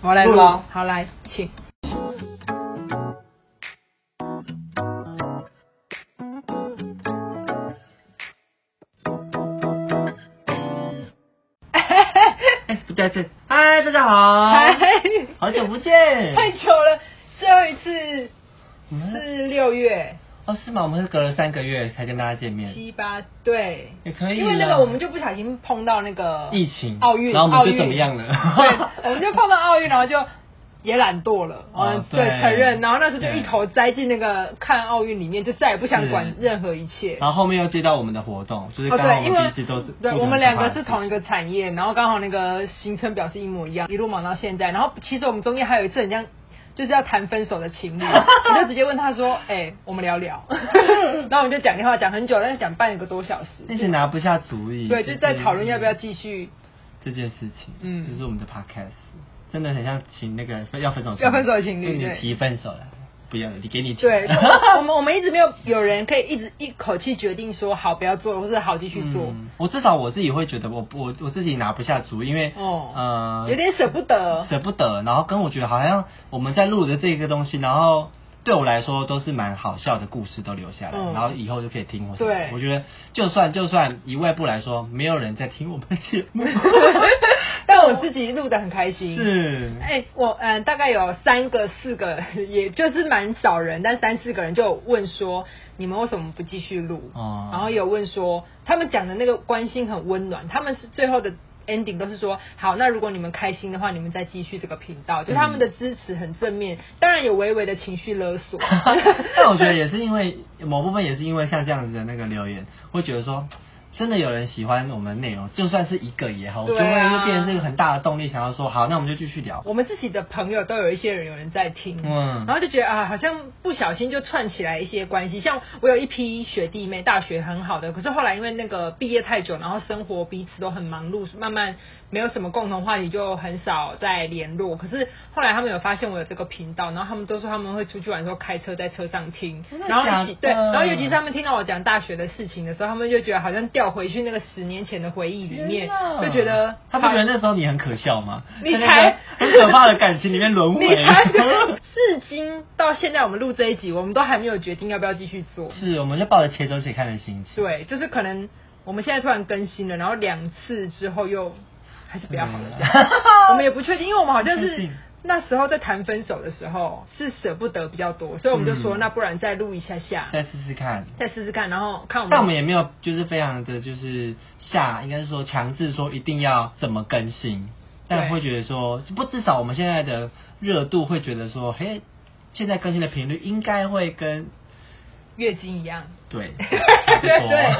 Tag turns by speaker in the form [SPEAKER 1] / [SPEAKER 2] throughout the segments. [SPEAKER 1] 我来
[SPEAKER 2] 录咯
[SPEAKER 1] 好来，请。
[SPEAKER 2] 哎，不对，对，嗨，大家好，好久不见，
[SPEAKER 1] 太久了，最后一次
[SPEAKER 2] 嗯，
[SPEAKER 1] 是六月
[SPEAKER 2] 哦，是吗？我们是隔了三个月才跟大家见面，
[SPEAKER 1] 七八，对，
[SPEAKER 2] 也可以啦，
[SPEAKER 1] 因为那个我们就不小心碰到那个
[SPEAKER 2] 疫情
[SPEAKER 1] 奥运，
[SPEAKER 2] 嗯然后我
[SPEAKER 1] 奥
[SPEAKER 2] 们就
[SPEAKER 1] 运
[SPEAKER 2] 怎么样了？
[SPEAKER 1] 对，我们就碰到奥运，然后就也懒惰了，嗯
[SPEAKER 2] 哦，
[SPEAKER 1] 对，
[SPEAKER 2] 对
[SPEAKER 1] 承认，然后那时候就
[SPEAKER 2] 对
[SPEAKER 1] 一头栽进那个看奥运里面，就再也不想管
[SPEAKER 2] 是
[SPEAKER 1] 任何一切。
[SPEAKER 2] 然后后面又接到我们的活动，就是
[SPEAKER 1] 哦，
[SPEAKER 2] 刚好
[SPEAKER 1] 对，
[SPEAKER 2] 我
[SPEAKER 1] 因为
[SPEAKER 2] 们彼此都是，
[SPEAKER 1] 对，
[SPEAKER 2] 做
[SPEAKER 1] 我
[SPEAKER 2] 得
[SPEAKER 1] 们
[SPEAKER 2] 很
[SPEAKER 1] 两
[SPEAKER 2] 可怕
[SPEAKER 1] 个
[SPEAKER 2] 的
[SPEAKER 1] 是
[SPEAKER 2] 事
[SPEAKER 1] 同一个产业，然后刚好那个行程表是一模一样，一路忙到现在。然后其实我们中间还有一次很像。就是要谈分手的情 侣，我就直接问他说：“哎、我们聊聊。”然后我们就讲电话，讲很久，但是讲半个多小
[SPEAKER 2] 那
[SPEAKER 1] 时。
[SPEAKER 2] 些拿不下主意，
[SPEAKER 1] 对，
[SPEAKER 2] 是
[SPEAKER 1] 就在讨论要不要继续
[SPEAKER 2] 这件事情，
[SPEAKER 1] 嗯
[SPEAKER 2] 嗯，就是我们的 podcast，真的很像请那个要分手
[SPEAKER 1] 要分手的情侣
[SPEAKER 2] 就
[SPEAKER 1] 对
[SPEAKER 2] 你提分手了，不要你给你提
[SPEAKER 1] 对，就我我们我们一直没有有人可以一直一口气决定说好不要做，或是好继续做，
[SPEAKER 2] 嗯我至少我自己会觉得我我我自己拿不下主意，因为
[SPEAKER 1] 哦
[SPEAKER 2] 呃
[SPEAKER 1] 有点舍不得。
[SPEAKER 2] 舍不得，然后跟我觉得好像我们在录的这个东西，然后对我来说都是蛮好笑的故事都留下来，
[SPEAKER 1] 嗯
[SPEAKER 2] 然后以后就可以听或什么
[SPEAKER 1] 对
[SPEAKER 2] 我觉得就算就算以外部来说，没有人在听我们节 目，
[SPEAKER 1] 但我自己录的很开心。
[SPEAKER 2] 是
[SPEAKER 1] 哎、我嗯、呃大概有三个、四个， 也就是蛮少人，但三四个人就有问说，你们为什么不继续录？
[SPEAKER 2] 哦
[SPEAKER 1] 然后有问说，他们讲的那个关心很温暖，他们是最后的 ending 都是说，好，那如果你们开心的话，你们再继续这个频道，就他们的支持很正面，当然有微微的情绪勒索，
[SPEAKER 2] 但我觉得也是因为某部分也是因为像这样子的那个留言，会觉得说。真的有人喜欢我们内容，就算是一个也好，我就
[SPEAKER 1] 对
[SPEAKER 2] 会
[SPEAKER 1] 啊
[SPEAKER 2] 就变成是一个很大的动力，想要说好，那我们就继续聊。
[SPEAKER 1] 我们自己的朋友都有一些人有人在听，
[SPEAKER 2] 嗯
[SPEAKER 1] 然后就觉得啊，好像不小心就串起来一些关系。像我有一批学弟妹，大学很好的，可是后来因为那个毕业太久，然后生活彼此都很忙碌，慢慢没有什么共同话题，就很少再联络。可是后来他们有发现我有这个频道，然后他们都说他们会出去玩的时候开车在车上听，
[SPEAKER 2] 真的
[SPEAKER 1] 然后一起
[SPEAKER 2] 假的
[SPEAKER 1] 对，然后尤其是他们听到我讲大学的事情的时候，他们就觉得好像掉回去那个十年前的回忆里面
[SPEAKER 2] 天，哪
[SPEAKER 1] 就觉得
[SPEAKER 2] 他不觉得
[SPEAKER 1] 好
[SPEAKER 2] 那时候你很可笑吗？
[SPEAKER 1] 你
[SPEAKER 2] 在那
[SPEAKER 1] 才
[SPEAKER 2] 个很可怕的感情里面轮回。
[SPEAKER 1] 你才 至今到现在，我们录这一集，我们都还没有决定要不要继续做。
[SPEAKER 2] 是，我们就抱着且走且看的心情。
[SPEAKER 1] 对，就是可能我们现在突然更新了，然后两次之后又还是不要好了。这样 我们也不确定，因为我们好像
[SPEAKER 2] 嗯不确
[SPEAKER 1] 是
[SPEAKER 2] 定
[SPEAKER 1] 那时候在谈分手的时候是舍不得比较多，所以我们就说，
[SPEAKER 2] 嗯
[SPEAKER 1] 那不然再录一下下，
[SPEAKER 2] 再试试看。
[SPEAKER 1] 再试试看，然后看我
[SPEAKER 2] 但我们
[SPEAKER 1] 们。
[SPEAKER 2] 也没有，就是非常的就是下，应该是说强制说一定要怎么更新，但
[SPEAKER 1] 对
[SPEAKER 2] 会觉得说，不至少我们现在的热度会觉得说，嘿，现在更新的频率应该会跟
[SPEAKER 1] 月经一样，
[SPEAKER 2] 对差不多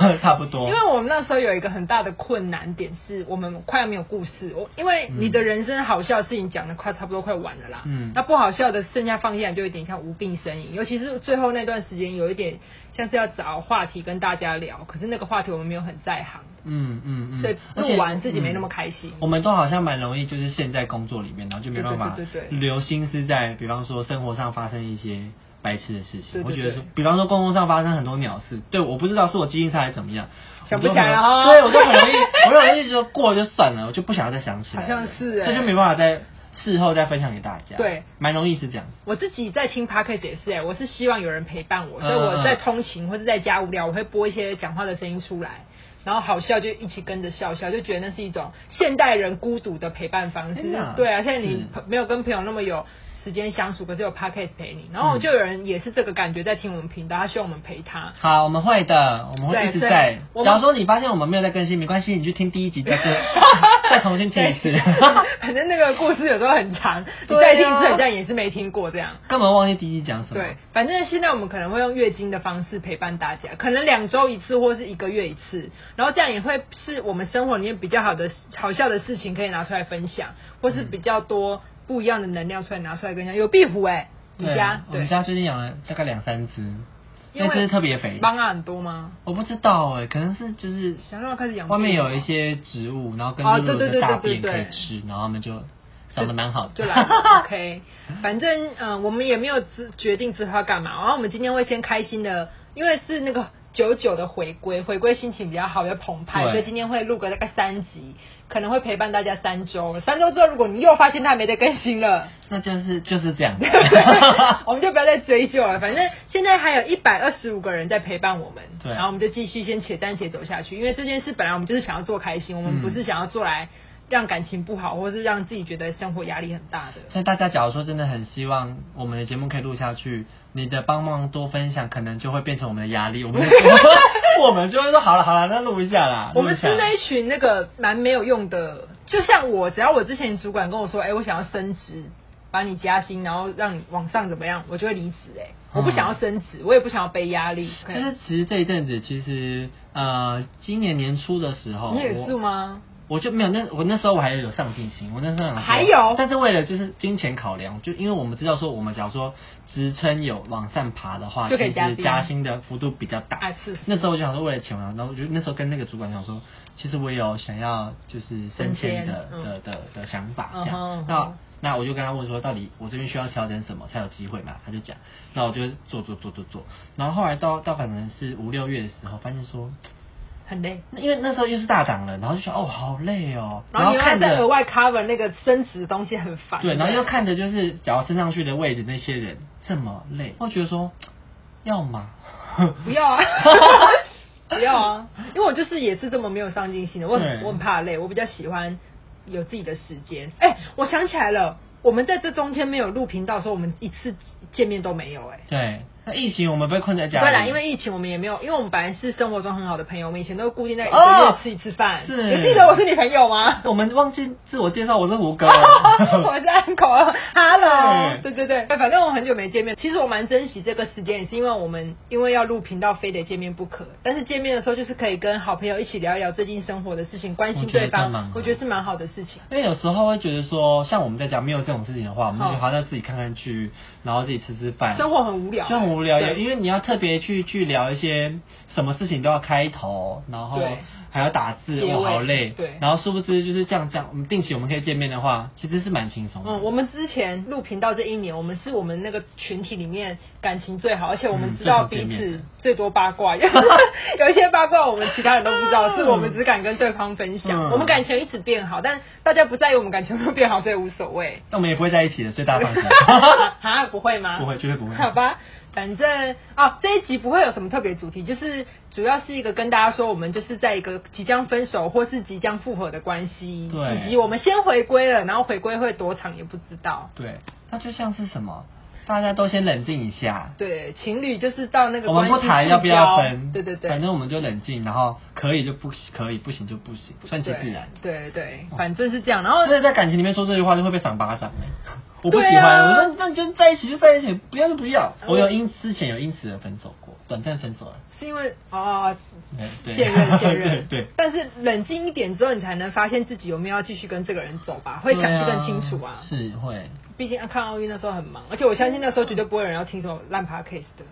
[SPEAKER 1] 对
[SPEAKER 2] 差不多
[SPEAKER 1] 因，为我们那时候有一个很大的困难点是，我们快要没有故事。我因为你的人生好笑的事情讲的快差不多快完了啦，
[SPEAKER 2] 嗯
[SPEAKER 1] 那不好笑的剩下放下来就有点像无病呻吟，尤其是最后那段时间有一点像是要找话题跟大家聊，可是那个话题我们没有很在行，
[SPEAKER 2] 嗯嗯嗯，
[SPEAKER 1] 所以
[SPEAKER 2] 而且
[SPEAKER 1] 录完自己没那么
[SPEAKER 2] 嗯
[SPEAKER 1] 开心。
[SPEAKER 2] 我们都好像蛮容易，就是陷在工作里面，然后就没办法
[SPEAKER 1] 对对对对对
[SPEAKER 2] 留心思在，比方说生活上发生一些白痴的事情。
[SPEAKER 1] 对对对
[SPEAKER 2] 我觉得说，比方说工作上发生很多鸟事，对，我不知道是我基因差还是怎么样，
[SPEAKER 1] 想不起来了哦
[SPEAKER 2] 我就很容易对，我就很容易，我很容易就过了就算了，我就不想要再想起来
[SPEAKER 1] 好
[SPEAKER 2] 了。
[SPEAKER 1] 像 是欸
[SPEAKER 2] 这就没办法再事后再分享给大家。
[SPEAKER 1] 对，
[SPEAKER 2] 蛮容易是这样。
[SPEAKER 1] 我自己在听 podcast 也是、欸，我是希望有人陪伴我，
[SPEAKER 2] 嗯
[SPEAKER 1] 所以我在通勤或者在家无聊，我会播一些讲话的声音出来，然后好笑就一起跟着笑笑，就觉得那是一种现代人孤独的陪伴方式
[SPEAKER 2] 真的啊。
[SPEAKER 1] 对啊，现在你
[SPEAKER 2] 是
[SPEAKER 1] 没有跟朋友那么有时间相处，可是有 podcast 陪你，然
[SPEAKER 2] 嗯
[SPEAKER 1] 后就有人也是这个感觉在听我们频道，他希望我们陪他。
[SPEAKER 2] 好，我们会的，我们会
[SPEAKER 1] 对
[SPEAKER 2] 一直
[SPEAKER 1] 所以
[SPEAKER 2] 在。
[SPEAKER 1] 我们
[SPEAKER 2] 假如说你发现我们没有在更新，没关系，你去听第一集再 听， 再重新听一次。
[SPEAKER 1] 反正那个故事有时候很长，你
[SPEAKER 2] 对啊
[SPEAKER 1] 再听一次，好像也是没听过这样。
[SPEAKER 2] 根本忘记第一集讲什么。
[SPEAKER 1] 对，反正现在我们可能会用月经的方式陪伴大家，可能两周一次或是一个月一次，然后这样也会是我们生活里面比较好的好笑的事情可以拿出来分享，或是比较多不一样的能量出来拿出来分享。有壁虎哎、你
[SPEAKER 2] 对
[SPEAKER 1] 家
[SPEAKER 2] 啊我们家最近养了大概两三只，
[SPEAKER 1] 因
[SPEAKER 2] 那
[SPEAKER 1] 为
[SPEAKER 2] 只特别肥。
[SPEAKER 1] 帮啊很多吗？
[SPEAKER 2] 我不知道哎、可能是就是
[SPEAKER 1] 想让它开始养
[SPEAKER 2] 外面
[SPEAKER 1] 壁虎
[SPEAKER 2] 有一些植物，然后跟
[SPEAKER 1] 哦
[SPEAKER 2] 露露
[SPEAKER 1] 对对对
[SPEAKER 2] 的大
[SPEAKER 1] 对对
[SPEAKER 2] 便可以
[SPEAKER 1] 对
[SPEAKER 2] 吃，然后它们就长得蛮好的。
[SPEAKER 1] 就来 了，OK。反正嗯、呃我们也没有知决定之后要干嘛。然后我们今天会先开心的，因为是那个久久的回归，回归心情比较好，比较澎湃，
[SPEAKER 2] 对
[SPEAKER 1] 所以今天会录个大概三集，可能会陪伴大家三周。三周之后，如果你又发现它没得更新 了，
[SPEAKER 2] 那就是就 是这样。
[SPEAKER 1] 我们就不要再追究了。反正现在还有一百二十五个人在陪伴我们，
[SPEAKER 2] 对
[SPEAKER 1] 然后我们就继续先且战且走下去，因为这件事本来我们就是想要做开心，我们
[SPEAKER 2] 嗯
[SPEAKER 1] 不是想要做来让感情不好，或是让自己觉得生活压力很大的。
[SPEAKER 2] 所以大家假如说真的很希望我们的节目可以录下去，你的帮忙多分享，可能就会变成我们的压力。我们 我们就会说好了好了，那录一下啦。
[SPEAKER 1] 我们
[SPEAKER 2] 录啊一
[SPEAKER 1] 是
[SPEAKER 2] 下
[SPEAKER 1] 那一群那个蛮没有用的，就像我，只要我之前主管跟我说，哎、我想要升职，把你加薪，然后让你往上怎么样，我就会离职、哎，我不想要升职，我也不想要背压力。可
[SPEAKER 2] 啊就是其实这一阵子，其实呃，今年年初的时候，
[SPEAKER 1] 你也是
[SPEAKER 2] 我
[SPEAKER 1] 吗？
[SPEAKER 2] 我就没有那我那时候我还有上进心，我那时候想说
[SPEAKER 1] 还有
[SPEAKER 2] 但是为了就是金钱考量，就因为我们知道说我们假如说职称有往上爬的话，
[SPEAKER 1] 就可以加
[SPEAKER 2] 其实
[SPEAKER 1] 薪
[SPEAKER 2] 加薪的幅度比较大。
[SPEAKER 1] 啊，是是
[SPEAKER 2] 那时候我就想说为了钱嘛，然后我就那时候跟那个主管讲说，其实我有想要就是升迁的
[SPEAKER 1] 升迁
[SPEAKER 2] 的的的想法这
[SPEAKER 1] 嗯
[SPEAKER 2] 样
[SPEAKER 1] 哼。
[SPEAKER 2] 那
[SPEAKER 1] 嗯
[SPEAKER 2] 那我就跟他问说，到底我这边需要调整什么才有机会嘛？他就讲，那我就做做做做做，然后后来到到可能是五六月的时候，发现说，
[SPEAKER 1] 很累。
[SPEAKER 2] 那因为那时候又是大涨了，然后就想哦好累哦，
[SPEAKER 1] 然后你又要
[SPEAKER 2] 看
[SPEAKER 1] 再
[SPEAKER 2] 着
[SPEAKER 1] 额外 cover 那个升职的东西，很烦。
[SPEAKER 2] 对，然后又看着就是只要升上去的位置那些人这么累，我觉得说要吗？
[SPEAKER 1] 不要 啊，不要啊，因为我就是也是这么没有上进心的，我很
[SPEAKER 2] 对
[SPEAKER 1] 我很怕累，我比较喜欢有自己的时间。哎、我想起来了，我们在这中间没有录频道的时候，我们一次见面都没有、哎。
[SPEAKER 2] 对，那疫情我们被困在家里，
[SPEAKER 1] 对啦，因为疫情我们也没有，因为我们本来是生活中很好的朋友，我们以前都固定在一个月
[SPEAKER 2] 哦
[SPEAKER 1] 吃一次饭。
[SPEAKER 2] 是
[SPEAKER 1] 你记得我是你朋友吗？
[SPEAKER 2] 我们忘记自我介绍，我是胡歌。
[SPEAKER 1] 我是安口，Hello，对
[SPEAKER 2] 对
[SPEAKER 1] 对对，反正我们很久没见面。其实我蛮珍惜这个时间，也是因为我们因为要录频道，非得见面不可。但是见面的时候，就是可以跟好朋友一起聊一聊最近生活的事情，关心对
[SPEAKER 2] 我觉得蛮
[SPEAKER 1] 方
[SPEAKER 2] 好，
[SPEAKER 1] 我觉得是蛮好的事情。
[SPEAKER 2] 因为有时候会觉得说，像我们在讲没有这种事情的话，我们就
[SPEAKER 1] 哦
[SPEAKER 2] 好像自己看看剧，然后自己吃吃饭，
[SPEAKER 1] 生活很无聊，
[SPEAKER 2] 就很无聊。
[SPEAKER 1] 对
[SPEAKER 2] 因为你要特别去去聊一些什么事情都要开头，然后
[SPEAKER 1] 对
[SPEAKER 2] 还要打字，
[SPEAKER 1] 结尾
[SPEAKER 2] 我好累。
[SPEAKER 1] 对
[SPEAKER 2] 然后殊不知就是这样这样，我们定期我们可以见面的话，其实是蛮轻松的。
[SPEAKER 1] 嗯，我们之前录频道这一年，我们是我们那个群体里面感情最好，而且我们
[SPEAKER 2] 嗯
[SPEAKER 1] 知道
[SPEAKER 2] 最
[SPEAKER 1] 彼
[SPEAKER 2] 常见
[SPEAKER 1] 此
[SPEAKER 2] 面
[SPEAKER 1] 最多八卦， 有一些八卦我们其他人都不知道，
[SPEAKER 2] 嗯
[SPEAKER 1] 是我们只敢跟对方分享。
[SPEAKER 2] 嗯
[SPEAKER 1] 我们感情一直变好，但大家不在意我们感情有没有变好，所以无所谓。
[SPEAKER 2] 那我们也不会在一起的，所以大 家放心。
[SPEAKER 1] 啊，不会吗？
[SPEAKER 2] 不会，绝对不会。
[SPEAKER 1] 好吧，反正啊，这一集不会有什么特别主题，就是主要是一个跟大家说，我们就是在一个即将分手或是即将复合的关系，
[SPEAKER 2] 对
[SPEAKER 1] 以及我们先回归了，然后回归会多长也不知道。
[SPEAKER 2] 对，那就像是什么，大家都先冷静一下，
[SPEAKER 1] 对，情侣就是到那个
[SPEAKER 2] 我们不
[SPEAKER 1] 关系
[SPEAKER 2] 谈
[SPEAKER 1] 塑
[SPEAKER 2] 要不要
[SPEAKER 1] 胶
[SPEAKER 2] 分，
[SPEAKER 1] 对对对，
[SPEAKER 2] 反正我们就冷静，然后可以就不可以，不行就不行，顺其
[SPEAKER 1] 对
[SPEAKER 2] 自然。
[SPEAKER 1] 对对，
[SPEAKER 2] 哦
[SPEAKER 1] 反正是这样。然后
[SPEAKER 2] 真的在感情里面说这句话就会被赏巴掌欸我不喜
[SPEAKER 1] 对
[SPEAKER 2] 欢，
[SPEAKER 1] 啊
[SPEAKER 2] 我说那你就在一起就在一起，不要就不要。
[SPEAKER 1] 嗯
[SPEAKER 2] 我有因之前有因此而分手过，短暂分手了。
[SPEAKER 1] 是因为哦，
[SPEAKER 2] 对对
[SPEAKER 1] 现 任现任
[SPEAKER 2] 对对
[SPEAKER 1] 但是冷静一点之后，你才能发现自己有没有要继续跟这个人走吧，会想得更清楚啊。
[SPEAKER 2] 对是会，
[SPEAKER 1] 毕竟看奥运那时候很忙，而且我相信那时候绝对不会有人要听什么烂爬 case 的。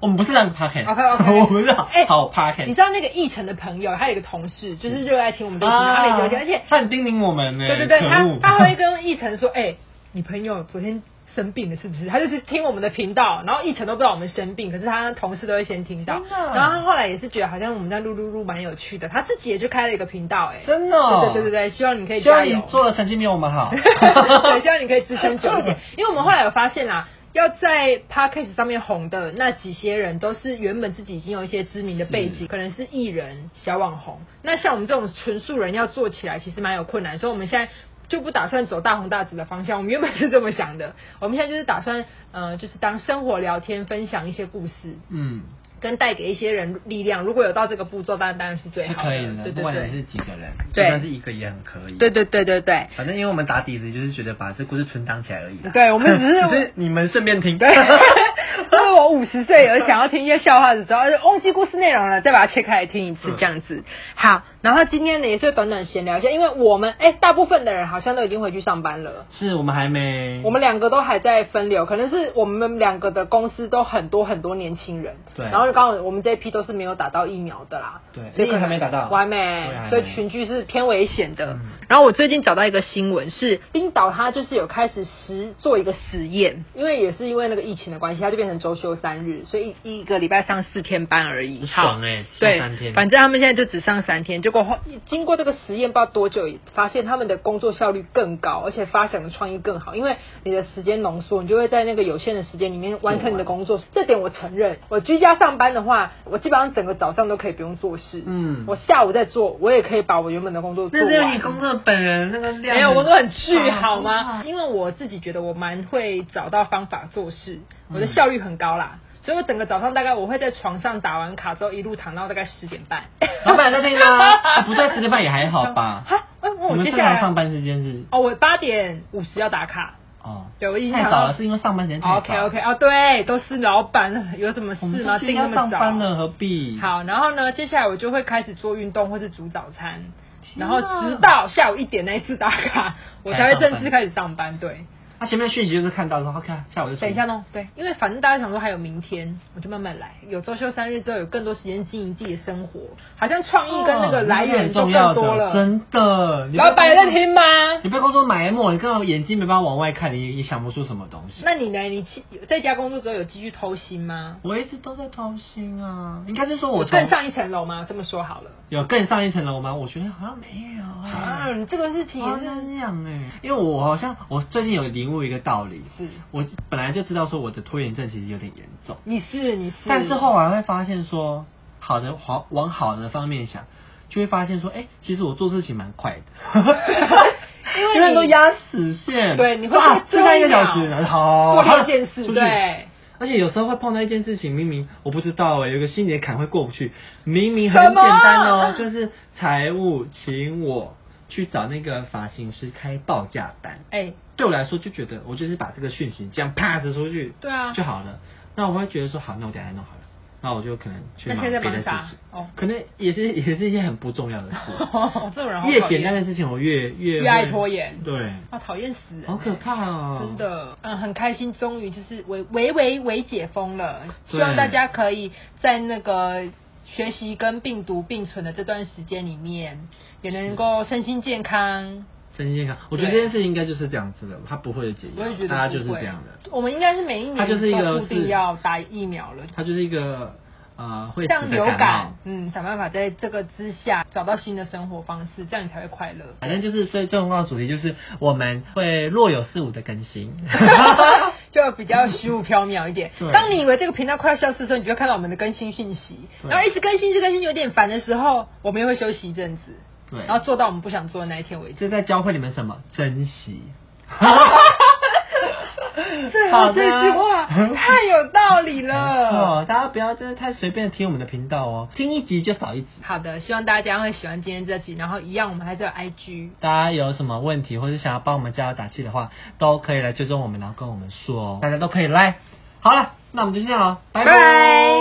[SPEAKER 2] 我们不是烂 p a r k
[SPEAKER 1] OK 哦 OK，
[SPEAKER 2] 哎
[SPEAKER 1] 哎
[SPEAKER 2] 我们是好好 p a r k
[SPEAKER 1] 你知道那个奕晨的朋友，他有一个同事，就是热爱听我们这个节目，他每天而且
[SPEAKER 2] 他很叮咛我们呢，
[SPEAKER 1] 对对对，
[SPEAKER 2] 啊哎可
[SPEAKER 1] 他
[SPEAKER 2] 恶
[SPEAKER 1] 他会跟奕晨说，哎、你朋友昨天生病了是不是？他就是听我们的频道，然后奕晨都不知道我们生病，可是他同事都会先听到。
[SPEAKER 2] 真的
[SPEAKER 1] 然后他后来也是觉得好像我们在录录录蛮有趣的，他自己也就开了一个频道、哎，
[SPEAKER 2] 真的哦
[SPEAKER 1] 对对对对对，希望你可以
[SPEAKER 2] 希
[SPEAKER 1] 加
[SPEAKER 2] 望你
[SPEAKER 1] 油，
[SPEAKER 2] 做的成绩没有我们 好。
[SPEAKER 1] 对，希望你可以支撑久一点，因为我们后来有发现啦。要在 podcast 上面红的那几些人，都是原本自己已经有一些知名的背景，
[SPEAKER 2] 是
[SPEAKER 1] 可能是艺人、小网红。那像我们这种纯素人要做起来，其实蛮有困难，所以我们现在就不打算走大红大紫的方向。我们原本是这么想的， 我们现在就是打算，呃，就是当生活聊天，分享一些故事，
[SPEAKER 2] 嗯，
[SPEAKER 1] 跟带给一些人力量。如果有到这个步骤，当然当然是最
[SPEAKER 2] 是
[SPEAKER 1] 好
[SPEAKER 2] 可
[SPEAKER 1] 的。
[SPEAKER 2] 以的，
[SPEAKER 1] 对
[SPEAKER 2] 不
[SPEAKER 1] 对
[SPEAKER 2] 管
[SPEAKER 1] 对
[SPEAKER 2] 你是，几个人，
[SPEAKER 1] 对
[SPEAKER 2] 就算是一个也很可以。
[SPEAKER 1] 对对对对 对。
[SPEAKER 2] 反正因为我们打底子就是觉得把这故事存档起来而已啦。
[SPEAKER 1] 对我们只 是
[SPEAKER 2] 你们顺便 听。
[SPEAKER 1] 所以我五十哎岁有想要听一些笑话的时候，忘记故事内容了，再把它切开来听一次，这样子。好，然后今天呢也是短短闲聊一下，因为我们哎、大部分的人好像都已经回去上班了。
[SPEAKER 2] 是我们还没，
[SPEAKER 1] 我们两个都还在分流，可能是我们两个的公司都很多很多年轻人，
[SPEAKER 2] 对
[SPEAKER 1] 然后刚好我们这一批都是没有打到疫苗的啦，
[SPEAKER 2] 对
[SPEAKER 1] 所以
[SPEAKER 2] 这个还没打到
[SPEAKER 1] 我还没
[SPEAKER 2] 对还，没
[SPEAKER 1] 所以群聚是偏危险的。
[SPEAKER 2] 嗯
[SPEAKER 1] 然后我最近找到一个新闻是，冰岛它就是有开始实做一个实验，因为也是因为那个疫情的关系，它就变成周休三日，所以一一个礼拜上四天班而已，
[SPEAKER 2] 爽
[SPEAKER 1] 好
[SPEAKER 2] 欸上
[SPEAKER 1] 对
[SPEAKER 2] 三天，
[SPEAKER 1] 反正他们现在就只上三天，结果后经过这个实验，不知道多久，发现他们的工作效率更高，而且发想的创意更好，因为你的时间浓缩，你就会在那个有限的时间里面完成你的工作。这点我承认，我居家上班的话，我基本上整个早上都可以不用做事，
[SPEAKER 2] 嗯
[SPEAKER 1] 我下午再做，我也可以把我原本的工作做
[SPEAKER 2] 那
[SPEAKER 1] 完。
[SPEAKER 2] 只有你工作本人那个量
[SPEAKER 1] 没有，我都 很巨
[SPEAKER 2] 大
[SPEAKER 1] 好吗？？因为我自己觉得我蛮会找到方法做事，我的效率很高啦。所以我整个早上大概我会在床上打完卡之后一路躺到大概十点 半。
[SPEAKER 2] 老板在听吗？ 啊不对，十点半也还好 吧。
[SPEAKER 1] 哈，哎
[SPEAKER 2] 我
[SPEAKER 1] 我
[SPEAKER 2] 们
[SPEAKER 1] 接
[SPEAKER 2] 正
[SPEAKER 1] 下
[SPEAKER 2] 常
[SPEAKER 1] 来
[SPEAKER 2] 上班时间是
[SPEAKER 1] 哦，我八点五十要打卡。
[SPEAKER 2] 哦，
[SPEAKER 1] 对，我已经
[SPEAKER 2] 太
[SPEAKER 1] 想
[SPEAKER 2] 早
[SPEAKER 1] 到
[SPEAKER 2] 了，是因为上班时间太早。
[SPEAKER 1] OK OK 哦，对，都是老板，有什么
[SPEAKER 2] 我们
[SPEAKER 1] 事吗？
[SPEAKER 2] 都居
[SPEAKER 1] 定
[SPEAKER 2] 家
[SPEAKER 1] 那
[SPEAKER 2] 上
[SPEAKER 1] 么
[SPEAKER 2] 班
[SPEAKER 1] 早。
[SPEAKER 2] 了，何必？，
[SPEAKER 1] 好，然后呢，接下来我就会开始做运动或是煮早餐，然
[SPEAKER 2] 天啊
[SPEAKER 1] 后直到下午一点那一次打卡，我才会正式开始上班。对。
[SPEAKER 2] 他啊前面的讯息就是看到说，OK，下啊午就出
[SPEAKER 1] 等一下。弄，对，因为反正大家想说还有明天，我就慢慢来。有周休三日之后，有更多时间经营自己的生活，好像创意跟那
[SPEAKER 2] 哦
[SPEAKER 1] 个来源就更
[SPEAKER 2] 重要
[SPEAKER 1] 多
[SPEAKER 2] 的，
[SPEAKER 1] 了。
[SPEAKER 2] 真的。你不要
[SPEAKER 1] 老板有在听吗？
[SPEAKER 2] 你被工作埋没，你根本眼睛没办法往外看，你也想不出什么东西。
[SPEAKER 1] 那你呢？你其在家工作之后有继续偷心吗？
[SPEAKER 2] 我一直都在掏心啊，应该是说
[SPEAKER 1] 有
[SPEAKER 2] 我从
[SPEAKER 1] 更上一层楼吗？这么说好了。
[SPEAKER 2] 有更上一层楼吗？我觉得好像没有
[SPEAKER 1] 啊，
[SPEAKER 2] 啊，
[SPEAKER 1] 你这个事情
[SPEAKER 2] 好
[SPEAKER 1] 也
[SPEAKER 2] 像
[SPEAKER 1] 是
[SPEAKER 2] 这样哎，因为我好像我最近有领悟一个道理，
[SPEAKER 1] 是，
[SPEAKER 2] 我本来就知道说我的拖延症其实有点严重，
[SPEAKER 1] 你是你是，
[SPEAKER 2] 但是后来会发现说，好的往往好的方面想，就会发现说，哎、其实我做事情蛮 快的，
[SPEAKER 1] 因为你
[SPEAKER 2] 因为都压死线，
[SPEAKER 1] 对你会
[SPEAKER 2] 啊
[SPEAKER 1] 在最
[SPEAKER 2] 就
[SPEAKER 1] 后
[SPEAKER 2] 干
[SPEAKER 1] 一
[SPEAKER 2] 一个小
[SPEAKER 1] 秒
[SPEAKER 2] 时，好
[SPEAKER 1] 做另一件事，
[SPEAKER 2] 出去
[SPEAKER 1] 对，
[SPEAKER 2] 而且有时候会碰到一件事情，明明我不知道哎、有个心理坎会过不去，明明很简单
[SPEAKER 1] 什
[SPEAKER 2] 哦、
[SPEAKER 1] 么
[SPEAKER 2] 就是财务请我去找那个发型师开报价单，
[SPEAKER 1] 哎，
[SPEAKER 2] 对我来说就觉得我就是把这个讯息这样 pass 出去，
[SPEAKER 1] 对啊
[SPEAKER 2] 就好了。那我会觉得说好，那我等一下弄好了，那我就可能去
[SPEAKER 1] 那
[SPEAKER 2] 忙
[SPEAKER 1] 现
[SPEAKER 2] 别
[SPEAKER 1] 在
[SPEAKER 2] 的
[SPEAKER 1] 忙
[SPEAKER 2] 事
[SPEAKER 1] 啥
[SPEAKER 2] 情，
[SPEAKER 1] 哦
[SPEAKER 2] 可能也是也是一些很不重要的事。
[SPEAKER 1] 这种人好
[SPEAKER 2] 越
[SPEAKER 1] 讨厌
[SPEAKER 2] 简单的事情我越越
[SPEAKER 1] 越爱
[SPEAKER 2] 会
[SPEAKER 1] 拖延
[SPEAKER 2] 对，
[SPEAKER 1] 啊，讨厌死人，
[SPEAKER 2] 好可怕哦、
[SPEAKER 1] 真。的，嗯，很开心，终于就是微微微微解封了，希
[SPEAKER 2] 对
[SPEAKER 1] 望大家可以在那个学习跟病毒并存的这段时间里面，也能够身心健康。
[SPEAKER 2] 身心健康，我觉得这
[SPEAKER 1] 对
[SPEAKER 2] 件事情应该就是这样子的，它不会解决，
[SPEAKER 1] 我也觉得
[SPEAKER 2] 大家就是
[SPEAKER 1] 不会
[SPEAKER 2] 这样的，
[SPEAKER 1] 我们应该是每一
[SPEAKER 2] 它
[SPEAKER 1] 年
[SPEAKER 2] 就是一个
[SPEAKER 1] 都固定
[SPEAKER 2] 是
[SPEAKER 1] 要打疫苗了，
[SPEAKER 2] 它就是一个呃会死
[SPEAKER 1] 像流
[SPEAKER 2] 的感
[SPEAKER 1] 感
[SPEAKER 2] 冒，。
[SPEAKER 1] 嗯，想办法在这个之下找到新的生活方式，这样你才会快 乐。
[SPEAKER 2] 反正就是最重要的主题就是我们会若有似无的更新，
[SPEAKER 1] 就比较虚无缥缈一点
[SPEAKER 2] 对。
[SPEAKER 1] 当你以为这个频道快要消失的时候，你就会看到我们的更新讯息，
[SPEAKER 2] 对
[SPEAKER 1] 然后一直更新、一直更新，有点烦的时候，我们又会休息一阵子，
[SPEAKER 2] 对，
[SPEAKER 1] 然后做到我们不想做的那一天为止。
[SPEAKER 2] 这在教会你们什么珍 惜。
[SPEAKER 1] 最
[SPEAKER 2] 好
[SPEAKER 1] 后
[SPEAKER 2] 的
[SPEAKER 1] 这句话太有道理了。
[SPEAKER 2] 哦，大家不要真的太随便听我们的频道哦，听一集就少一集。
[SPEAKER 1] 好的，希望大家会喜欢今天这集，然后一样我们还是有 IG。
[SPEAKER 2] 大家有什么问题或是想要帮我们加油打气的话，都可以来追踪我们，然后跟我们说哦，大家都可以来。好了，那我们就这样了，拜
[SPEAKER 1] 拜拜